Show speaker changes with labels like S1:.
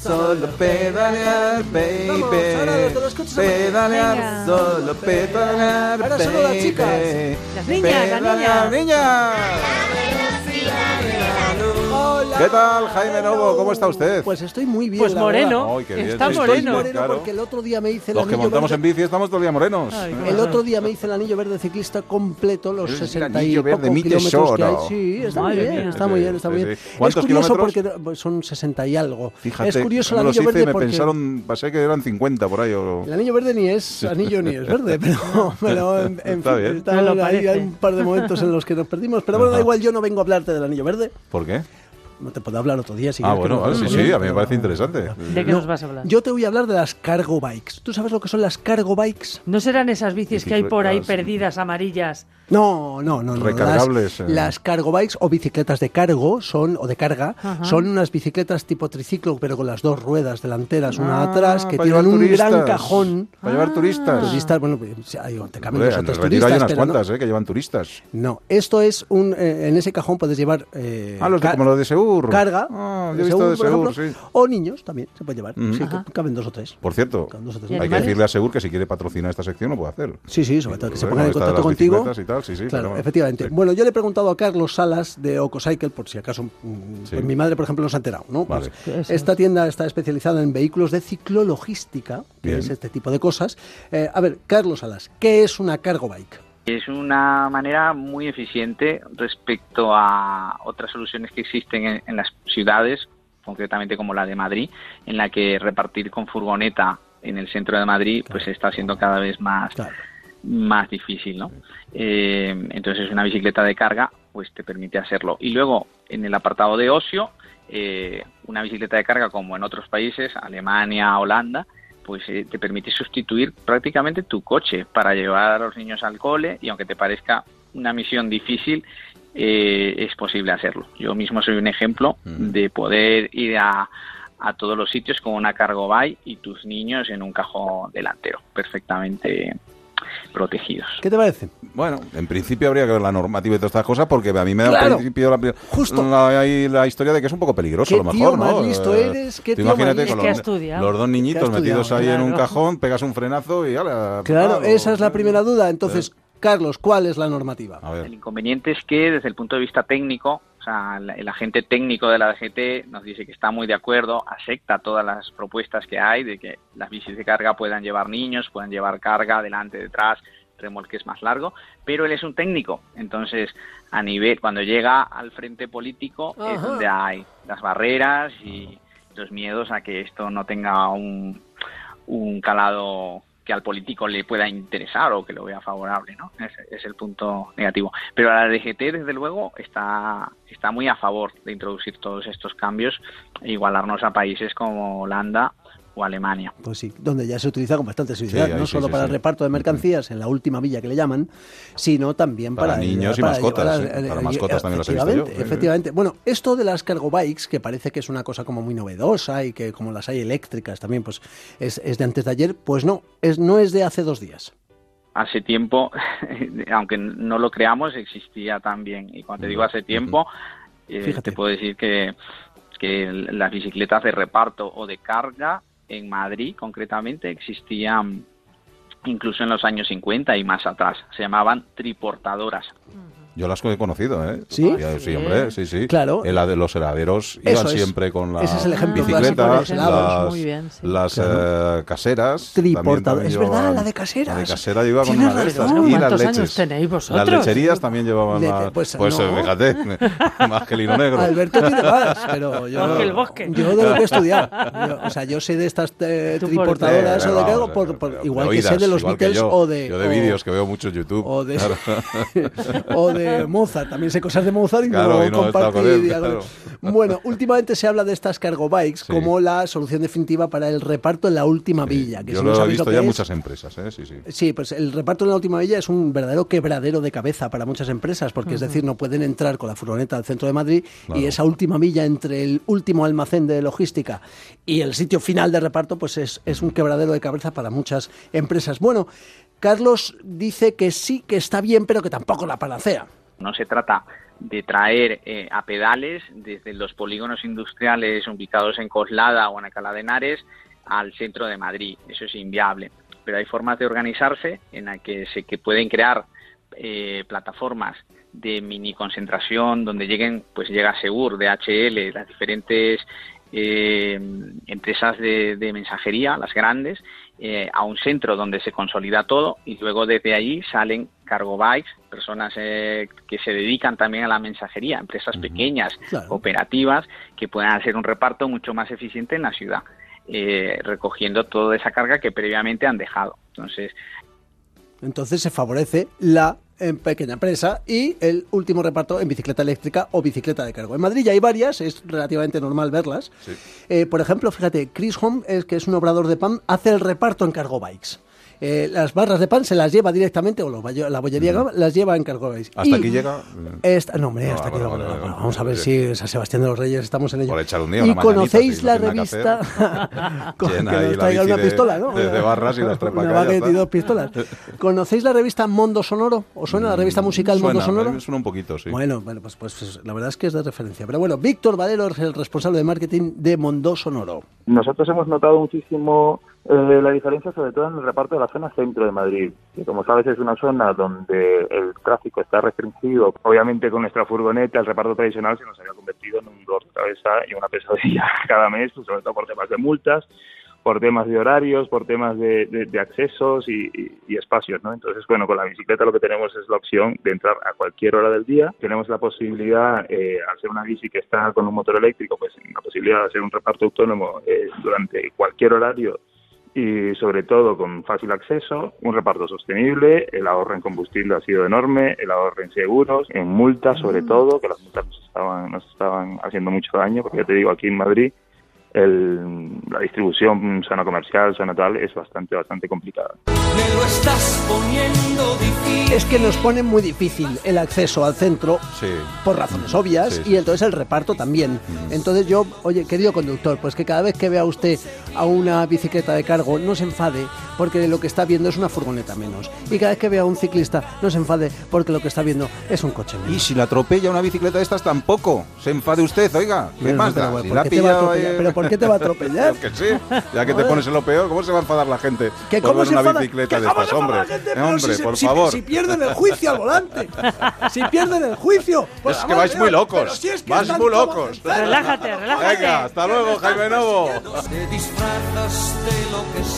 S1: solo pedalear, baby.
S2: Vamos, ahora te lo escuchas a Manuel.
S1: pedalear,
S3: Venga.
S1: solo pedalear,
S2: Ahora solo las
S1: baby.
S2: chicas.
S3: Las niñas, las
S1: Pedalear,
S3: niñas.
S2: Hola.
S1: ¿Qué tal, Jaime Novo? ¿Cómo está usted?
S2: Pues estoy muy bien.
S3: Pues
S2: la
S3: moreno.
S2: verdad.
S1: Ay, qué bien,
S3: Está
S1: sí,
S2: Estoy
S3: moreno.
S2: moreno
S1: claro.
S2: porque el otro día me hice el
S1: Los que
S2: anillo
S1: montamos
S2: verde.
S1: en bici estamos todo el día morenos.
S3: Ay, qué
S2: El
S3: Ajá.
S2: otro día me hice el anillo verde ciclista completo, los
S1: Es el
S2: 60 y
S1: anillo verde,
S2: pocos
S1: mi
S2: kilómetros que hay.
S1: tesoro.
S2: Sí, está muy
S3: Madre
S2: bien,
S3: mía.
S2: está muy bien, está muy
S1: Sí,
S2: bien.
S1: sí.
S2: Es
S1: ¿Cuántos
S2: curioso
S1: kilómetros?
S2: porque no- pues, son 60 y algo.
S1: Fíjate,
S2: es curioso el
S1: cuando
S2: anillo
S1: los hice
S2: verde
S1: me
S2: porque
S1: pensaron, pensé que eran 50 por ahí. O...
S2: el anillo verde ni es anillo ni es verde, pero, pero en, en
S1: Está
S2: fin,
S1: bien.
S2: está-
S3: Me lo
S2: ahí
S3: parece.
S2: hay un par de momentos en los que nos perdimos, pero bueno, da
S1: Ajá.
S2: igual, yo no vengo a hablarte del anillo verde.
S1: ¿Por qué?
S2: No te puedo hablar otro día si
S1: ah,
S2: quieres que
S1: bueno,
S2: nos
S1: vale, sí,
S2: hablemos,
S1: sí,
S2: ¿no?
S1: a mí me
S2: Pero-
S1: parece interesante.
S3: ¿De qué nos vas a hablar?
S2: Yo te voy a hablar de las cargo bikes. ¿Tú sabes lo que son las cargo bikes?
S3: ¿No serán esas bicis que hay por ahí
S1: Bicicletas.
S3: perdidas, amarillas?
S2: No, no, no. no
S1: Recargables,
S2: Las,
S1: eh.
S2: las cargo bikes o bicicletas de cargo son o de carga
S3: Ajá.
S2: son unas bicicletas tipo triciclo, pero con las dos ruedas delanteras, una
S1: Ah,
S2: atrás, que
S1: para
S2: tienen
S1: llevar
S2: un
S1: turistas.
S2: gran cajón. Ah,
S1: Para llevar turistas.
S2: Turistas, bueno, pues, sí, hay, te caben
S1: Hombre,
S2: dos o
S1: en
S2: tres
S1: el retiro hay
S2: turistas,
S1: unas
S2: pero no-
S1: cuantas eh, que llevan turistas.
S2: no, esto es un. eh, en ese cajón puedes llevar. eh,
S1: Ah, los de,
S2: ca-
S1: como los de Seur.
S2: Carga.
S1: Ah, yo
S2: de
S1: he visto de
S2: por
S1: Seur,
S2: ejemplo,
S1: sí.
S2: O niños también se puede llevar.
S1: Ujú.
S2: Sí,
S3: Ajá.
S2: que caben dos o tres.
S1: Por cierto,
S2: Con dos o tres
S1: hay que
S3: animales.
S1: decirle a Segur que si quiere patrocinar esta sección lo puede hacer.
S2: Sí, sí, sobre todo que
S1: Sí,
S2: se
S1: bueno,
S2: pongan en
S1: está de
S2: contacto
S1: las
S2: contigo.
S1: bicicletas y tal, sí, sí,
S2: claro,
S1: pero-
S2: efectivamente.
S1: sí.
S2: Bueno, yo le he preguntado a Carlos Salas de Ococycle, por si acaso mm,
S1: Sí.
S2: pues mi madre, por ejemplo, no se ha enterado, ¿no?
S1: Vale.
S2: Pues, esta tienda está especializada en vehículos de ciclologística, que
S1: Bien.
S2: es este tipo de cosas. Eh, a ver, Carlos Salas, ¿qué es una cargo bike?
S4: Es una manera muy eficiente respecto a otras soluciones que existen en, en las ciudades, concretamente como la de Madrid, en la que repartir con furgoneta en el centro de Madrid pues se está haciendo cada vez más,
S2: Claro.
S4: más difícil, ¿no? Eh, entonces una bicicleta de carga pues te permite hacerlo. Y luego en el apartado de ocio, eh, una bicicleta de carga como en otros países, Alemania, Holanda, pues eh, te permite sustituir prácticamente tu coche para llevar a los niños al cole y aunque te parezca una misión difícil, eh, es posible hacerlo. Yo mismo soy un ejemplo
S1: Ujú.
S4: de poder ir a, a todos los sitios con una cargo bike y tus niños en un cajón delantero, perfectamente protegidos.
S2: ¿Qué te parece?
S1: Bueno, en principio habría que ver la normativa y todas estas cosas porque a mí me da
S2: Claro.
S1: en principio la,
S2: Justo.
S1: la, ahí la historia de que es un poco peligroso a
S2: Qué
S1: lo
S2: tío
S1: mejor,
S2: más
S1: ¿no?
S2: listo
S1: Eh,
S2: eres, qué
S1: tú
S2: tío más
S1: imagínate
S3: listo.
S1: con
S3: Es que ha
S1: los,
S3: estudiado.
S1: los dos niñitos
S2: Es que ha
S1: metidos ahí
S2: estudiado,
S1: en un
S3: claro.
S1: cajón, pegas un frenazo y ala.
S2: Claro,
S1: palo.
S2: esa es la primera duda.
S1: Eh.
S2: Entonces, Carlos, ¿cuál es la normativa?
S1: A
S4: El
S1: ver,
S4: inconveniente es que desde el punto de vista técnico, o sea, la- el, agente técnico de la DGT nos dice que está muy de acuerdo, acepta todas las propuestas que hay de que las bicis de carga puedan llevar niños, puedan llevar carga delante, detrás, remolques más largo, pero él es un técnico, entonces a nivel cuando llega al frente político es
S2: Ajá.
S4: donde hay las barreras y los miedos a que esto no tenga un, un calado que al político le pueda interesar o que lo vea favorable, ¿no? Ese es el punto negativo. Pero la DGT, desde luego, está, está muy a favor de introducir todos estos cambios e igualarnos a países como Holanda o Alemania.
S2: Pues sí, donde ya se utiliza con bastante seguridad,
S1: ahí
S2: no
S1: sí,
S2: solo
S1: sí,
S2: para
S1: sí.
S2: el reparto de mercancías en la última milla que le llaman, sino también para,
S1: Para niños y
S2: para-
S1: mascotas,
S2: para- eh,
S1: sí, para mascotas también las he visto yo,
S2: efectivamente,
S1: sí, sí.
S2: Efectivamente. Bueno, esto de las cargo bikes, que parece que es una cosa como muy novedosa y que como las hay eléctricas también, pues es, es de antes de ayer, pues no, es, no es de hace dos días.
S4: hace tiempo, aunque no lo creamos, existía también. Y cuando te digo hace tiempo, eh,
S2: Fíjate.
S4: te puedo decir que, que las bicicletas de reparto o de carga en Madrid concretamente existían incluso en los años 50 y más atrás. Se llamaban triportadoras.
S1: yo las he conocido, ¿eh?
S2: ¿Sí?
S1: Ya,
S3: Sí.
S1: Sí, hombre, sí, sí.
S2: Claro.
S1: El hade- los heladeros iban
S2: Eso es.
S1: siempre con las
S2: Ese es el ejemplo
S1: bicicletas,
S2: clásico de los helados.
S1: las,
S3: Muy bien, sí.
S1: las, eh, caseras.
S2: Triportador.
S1: también
S2: Es verdad,
S1: llevaban-
S2: la de caseras.
S1: La de casera llevaba con
S2: Tienes
S1: una de
S2: razón.
S1: estas. Y las
S3: ¿Cuántos
S1: leches.
S3: años tenéis vosotros?
S1: Las lecherías también llevaban.
S2: Lete-
S1: las-
S2: pues,
S1: pues
S2: no.
S1: eh, fíjate, más que lino negro.
S2: Alberto tiene más, pero yo,
S3: Bosque, el bosque.
S2: yo de lo que he estudiado. Yo- o sea, yo sé de estas eh,
S3: Tú por-
S2: triportadoras
S1: Eh,
S2: o de
S1: vamos,
S2: cargo, por-
S1: eh,
S2: por-
S1: de
S2: igual que
S1: oídas,
S2: sé de los
S1: igual que
S2: Beatles
S1: yo.
S2: o de...
S1: Yo de
S2: o-
S1: vídeos que veo mucho en YouTube.
S2: o de,
S1: Claro.
S2: o de Mozart. También sé cosas de Mozart y
S1: Claro,
S2: no,
S1: y no he estado
S2: compartí
S1: con él,
S2: diálogo.
S1: claro.
S2: Bueno, últimamente se habla de estas cargo bikes
S1: Sí.
S2: como la solución definitiva para el reparto en la última villa. Que
S1: Yo
S2: si no
S1: lo he
S2: sabéis
S1: visto
S2: que
S1: ya en
S2: es-
S1: muchas empresas, ¿eh? Sí, sí.
S2: Sí, pues el reparto en la última milla es un verdadero quebradero de cabeza para muchas empresas, porque es decir, no pueden entrar con la furgoneta al centro de Madrid y
S1: Claro.
S2: esa última milla entre el último almacén de logística y el sitio final de reparto, pues es, es un quebradero de cabeza para muchas empresas. Bueno, Carlos dice que sí, que está bien, pero que tampoco la panacea.
S4: No se trata de traer eh, a pedales desde los polígonos industriales ubicados en Coslada o en Alcalá de Henares al centro de Madrid. Eso es inviable. Pero hay formas de organizarse en las que se que pueden crear eh, plataformas de mini concentración donde lleguen, pues llega Segur, DHL, las diferentes eh, empresas de, de, mensajería, las grandes, eh, a un centro donde se consolida todo y luego desde allí salen cargo bikes, personas eh, que se dedican también a la mensajería, empresas uh -huh. pequeñas, claro. operativas, que puedan hacer un reparto mucho más eficiente en la ciudad, eh, recogiendo toda esa carga que previamente han dejado. Entonces,
S2: entonces se favorece la en pequeña empresa y el último reparto en bicicleta eléctrica o bicicleta de cargo. En Madrid ya hay varias, es relativamente normal verlas. Sí. Eh, por ejemplo, fíjate, Chris Home, es, que es un obrador de pan, hace el reparto en cargo bikes. Eh, las barras de pan se las lleva directamente, o los, la bollería mm. las lleva en cargo bikes.
S1: ¿Hasta y aquí llega?
S2: Esta, no, hombre, no, hasta vale, aquí vale, no, vale, Vamos a ver si San Sebastián de los Reyes estamos en ello.
S1: Por echar un día,
S2: y
S1: una
S2: conocéis
S1: si
S2: la
S1: no
S2: revista. con que nos traiga una pistola, ¿no?
S1: Desde barras y las trepa
S2: Una vaca y dos pistolas. ¿Conocéis la revista Mondo Sonoro? ¿Os Mm, suena la revista musical
S1: suena,
S2: Mondo Sonoro?
S1: Suena un poquito, sí.
S2: Bueno, bueno pues, pues la verdad es que es de referencia. Pero bueno, Víctor Valero es el responsable de marketing de Mondo Sonoro.
S5: Nosotros hemos notado muchísimo eh, la diferencia sobre todo en el reparto de la zona centro de Madrid, que como sabes es una zona donde el tráfico está restringido. Obviamente con nuestra furgoneta el reparto tradicional se nos había convertido en un dolor de cabeza y una pesadilla cada mes, pues, sobre todo por temas de multas, por temas de horarios, por temas de, de, de accesos y, y, y, espacios. ¿no? Entonces, bueno, con la bicicleta lo que tenemos es la opción de entrar a cualquier hora del día. Tenemos la posibilidad, eh, al ser una bici que está con un motor eléctrico, pues la posibilidad de hacer un reparto autónomo eh, durante cualquier horario y sobre todo con fácil acceso, un reparto sostenible, el ahorro en combustible ha sido enorme, el ahorro en seguros, en multas sobre todo, que las multas nos estaban, nos estaban haciendo mucho daño, porque ya te digo, aquí en Madrid el, la distribución zona comercial, zona tal, es bastante, bastante complicada.
S6: Me lo estás poniendo difícil.
S2: Es que nos ponen muy difícil el acceso al centro sí. por razones obvias sí, Mm. sí. y entonces el reparto también. Entonces yo, oye, querido conductor, pues que cada vez que vea usted a una bicicleta de cargo no se enfade porque lo que está viendo es una furgoneta menos. Y cada vez que vea a un ciclista no se enfade porque lo que está viendo es un coche menos.
S1: Y si la atropella una bicicleta de estas tampoco, se enfade usted, oiga, ¿qué más
S2: pero,
S1: da? Si
S2: la pillado, pero ¿por qué te va a atropellar?
S1: que sí, ya que te pones en lo peor, ¿cómo se va a enfadar la gente?
S2: ¿Que ¿Cómo
S1: una
S2: enfada?
S1: bicicleta
S2: ¿Que
S1: de estas,
S2: se enfada
S1: hombre?
S2: la gente?
S1: Eh,
S2: Pero
S1: hombre,
S2: si se-
S1: por
S2: si-
S1: favor.
S2: Si pierden el juicio al volante, si pierden el juicio. por
S1: es
S2: la
S1: que
S2: madre
S1: vais muy
S2: de Dios, pero
S1: locos,
S2: si es que
S1: vais
S2: están
S1: muy
S2: como-
S1: locos.
S3: Relájate, relájate.
S1: Venga, hasta luego, Jaime Novo.
S6: Te disfrazas de